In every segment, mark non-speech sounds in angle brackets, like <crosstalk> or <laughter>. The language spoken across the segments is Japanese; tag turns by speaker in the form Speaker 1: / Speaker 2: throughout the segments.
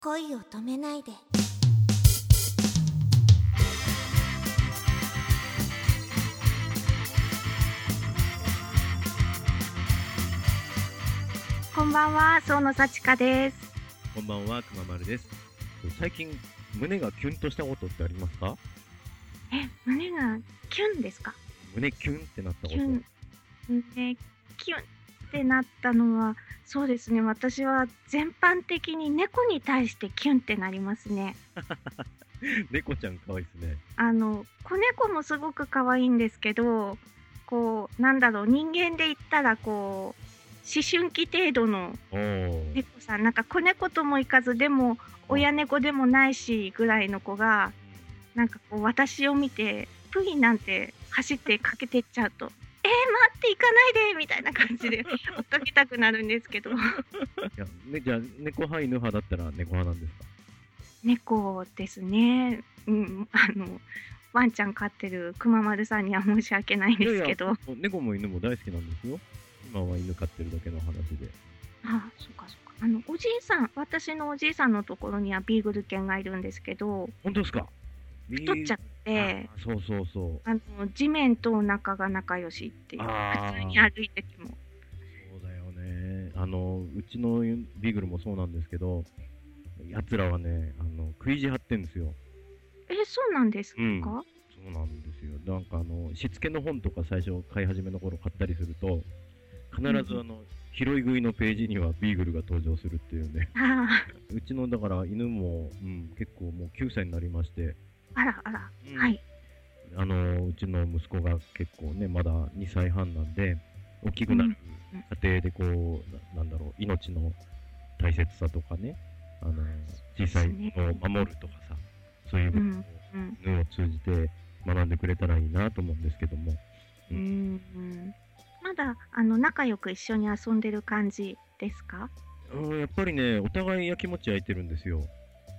Speaker 1: 恋を止めないで
Speaker 2: こんばんは、総野幸香です。
Speaker 3: こんばんは、くままるです。最近、胸がキュンとしたことってありますか
Speaker 2: え、胸がキュンですか
Speaker 3: 胸キュンってなったこ
Speaker 2: キュン。ね、キュンってなったのは、そうですね、私は全般的に猫に対してキュンってなりますね。
Speaker 3: と。 <laughs> 猫ちゃん可愛いですね。
Speaker 2: あの、子猫もすごく可愛いんですけど、こう、なんだろう、人間で言ったら、こう、思春期程度の
Speaker 3: おー。
Speaker 2: 猫さん、なんか子猫ともいかず、でも、親猫でもないし、ぐらいの子が、なんかこう私を見てプイなんて走ってかけてっちゃうと「えー、待って行かないで」みたいな感じで追っかけたくなるんですけど
Speaker 3: いや、ね、じゃあ、猫派、犬派だったら猫派なんですか
Speaker 2: 猫ですね、うん、あのワンちゃん飼ってるくま丸さんには申し訳ないんですけど
Speaker 3: いやいや猫も犬も大好きなんですよ。今は犬飼ってるだけの話で。
Speaker 2: あそうかそうかあのおじいさん私のおじいさんのところにはビーグル犬がいるんですけど
Speaker 3: 本当ですか
Speaker 2: 太っちゃっ
Speaker 3: え
Speaker 2: て。
Speaker 3: そうそうそう。
Speaker 2: あの地面とお腹が仲良しっていう
Speaker 3: あー
Speaker 2: 普通に歩いてても
Speaker 3: そうだよね。あの、うちのビーグルもそうなんですけど、奴らはね、あの、食い意地張ってんですよ。
Speaker 2: えそうなんですか、
Speaker 3: うんそうなんですよ。なんかあの、しつけの本とか最初買い始めの頃買ったりすると、必ずあの、拾い食いのページにはビーグルが登場するっていうね。
Speaker 2: あー
Speaker 3: うちのだから犬も、うん、結構もう9歳になりまして、
Speaker 2: あらあら、はい
Speaker 3: あの、うちの息子が結構ね、まだ2歳半なんで、大きくなる
Speaker 2: うん
Speaker 3: 家庭でこう、ななんだろう、命の大切さとかね、あの、小さいのを守るとかさ、そういうことを
Speaker 2: うん
Speaker 3: 犬を通じて学んでくれたらいいなと思うんですけども、
Speaker 2: う
Speaker 3: うん
Speaker 2: んまだあの仲良く一緒に遊んでる感じですか
Speaker 3: うん、やっぱりね、お互いやきもち焼いてるんですよ。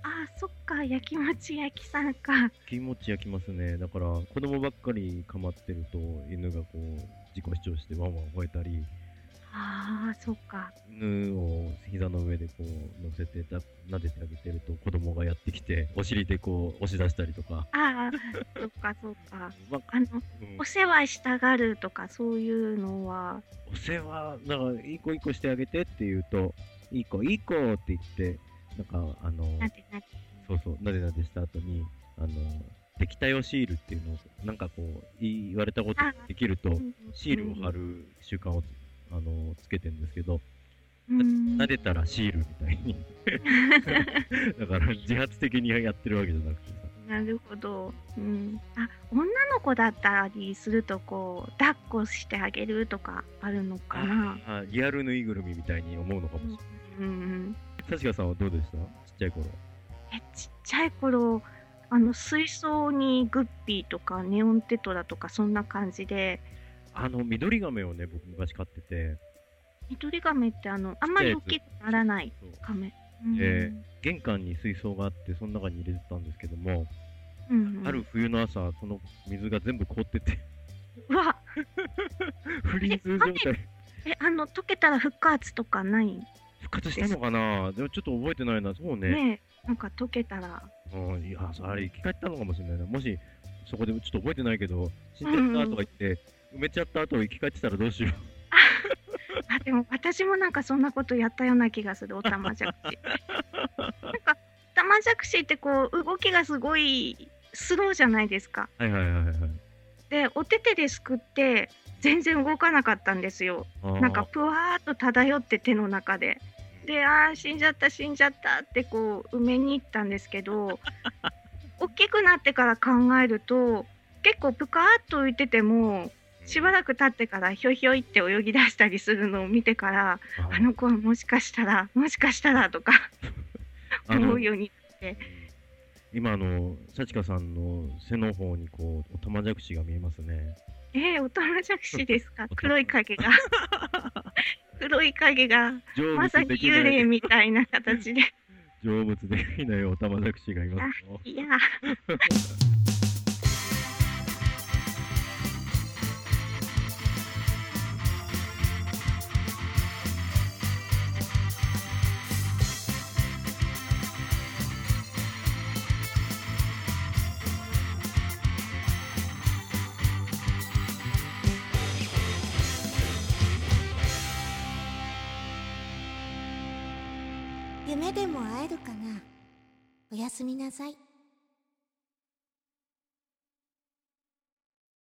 Speaker 2: あーそっかやきもちやきさんか
Speaker 3: 気持ち焼きますね。だから、子供ばっかり構ってると、犬がこう、自己主張してワンワン吠えたり、
Speaker 2: あーそっか
Speaker 3: 犬を膝の上でこう、乗せてた、撫でてあげてると、子供がやってきて、お尻でこう、押し出したりとか。
Speaker 2: ああそっかそっか
Speaker 3: まあ、
Speaker 2: あの
Speaker 3: うん
Speaker 2: お世話したがるとかそういうのは
Speaker 3: お世話、だから、いい子いい子してあげてって言うと、いい子、いい子って言って、なんか、あの、
Speaker 2: なんてなんて
Speaker 3: そうそう、なでなでした後に、あの、敵対をシールっていうのを、なんかこう、言い言われたことができると、シールを貼る習慣をつ、あの、つけてんですけど、
Speaker 2: うん
Speaker 3: 撫でたらシールみたいに。 <laughs> だから、自発的にやってるわけじゃなくてさ。
Speaker 2: なるほど、うん、あ女の子だったりするとこう抱っこしてあげるとかあるのかな
Speaker 3: あリアルぬいぐるみみたいに思うのかもしれない。
Speaker 2: うんうん
Speaker 3: さしかさんはどうでしたちっちゃい頃。
Speaker 2: えちっちゃい頃あの水槽にグッピーとかネオンテトラとかそんな感じで
Speaker 3: あの、緑亀をね、僕昔飼ってて、
Speaker 2: ニトリガメってあのあんまり大きくならない
Speaker 3: そう
Speaker 2: ガメ。うん
Speaker 3: え玄関に水槽があって、その中に入れてたんですけども、
Speaker 2: うんうん
Speaker 3: ある冬の朝、その水が全部凍って <laughs> て、
Speaker 2: うわ
Speaker 3: フリーズ状態。
Speaker 2: えあの溶けたら復活とかないね
Speaker 3: 復活したのかなでもちょっと覚えてないな。そうね。
Speaker 2: えなんか溶けたら
Speaker 3: うん、いや、あれ、生き返ったのかもしれないな。もし、そこでちょっと覚えてないけど、死んじゃったとか言って、埋めちゃった後生き返ってたらどうしよう。
Speaker 2: あでも私もなんかそんなことやったような気がするオタマジャクシ
Speaker 3: <laughs>
Speaker 2: なんかオタマジャクシってこう動きがすごいスローじゃないですか
Speaker 3: <laughs> はいはいはいはい。
Speaker 2: でお手手ですくって全然動かなかったんですよ
Speaker 3: あー
Speaker 2: なんか、ぷわーっと漂って手の中で。で、あー死んじゃった死んじゃったってこう埋めに行ったんですけ
Speaker 3: <laughs>
Speaker 2: ど大きくなってから考えると結構ぷかーっと浮いててもしば
Speaker 3: ら
Speaker 2: らく経ってからひょいひょいって泳ぎ出したりするのを見てから
Speaker 3: く
Speaker 2: あの子はもしかしたらもしかしたらとか
Speaker 3: あ
Speaker 2: 思
Speaker 3: の
Speaker 2: うように
Speaker 3: 今あの幸香さんの背の方にこうおたまじゃくしが見えますね
Speaker 2: えー、オタマジャクシですか黒い影
Speaker 3: <laughs>
Speaker 2: が黒い影が
Speaker 3: 成
Speaker 2: まさ
Speaker 3: 仏
Speaker 2: に
Speaker 3: でき
Speaker 2: 幽
Speaker 3: な
Speaker 2: 霊
Speaker 3: い
Speaker 2: みたいな形で
Speaker 3: 成仏できないおたまじゃくしがいますよ
Speaker 2: いやー
Speaker 1: 夢でも会えるかなおやすみなさい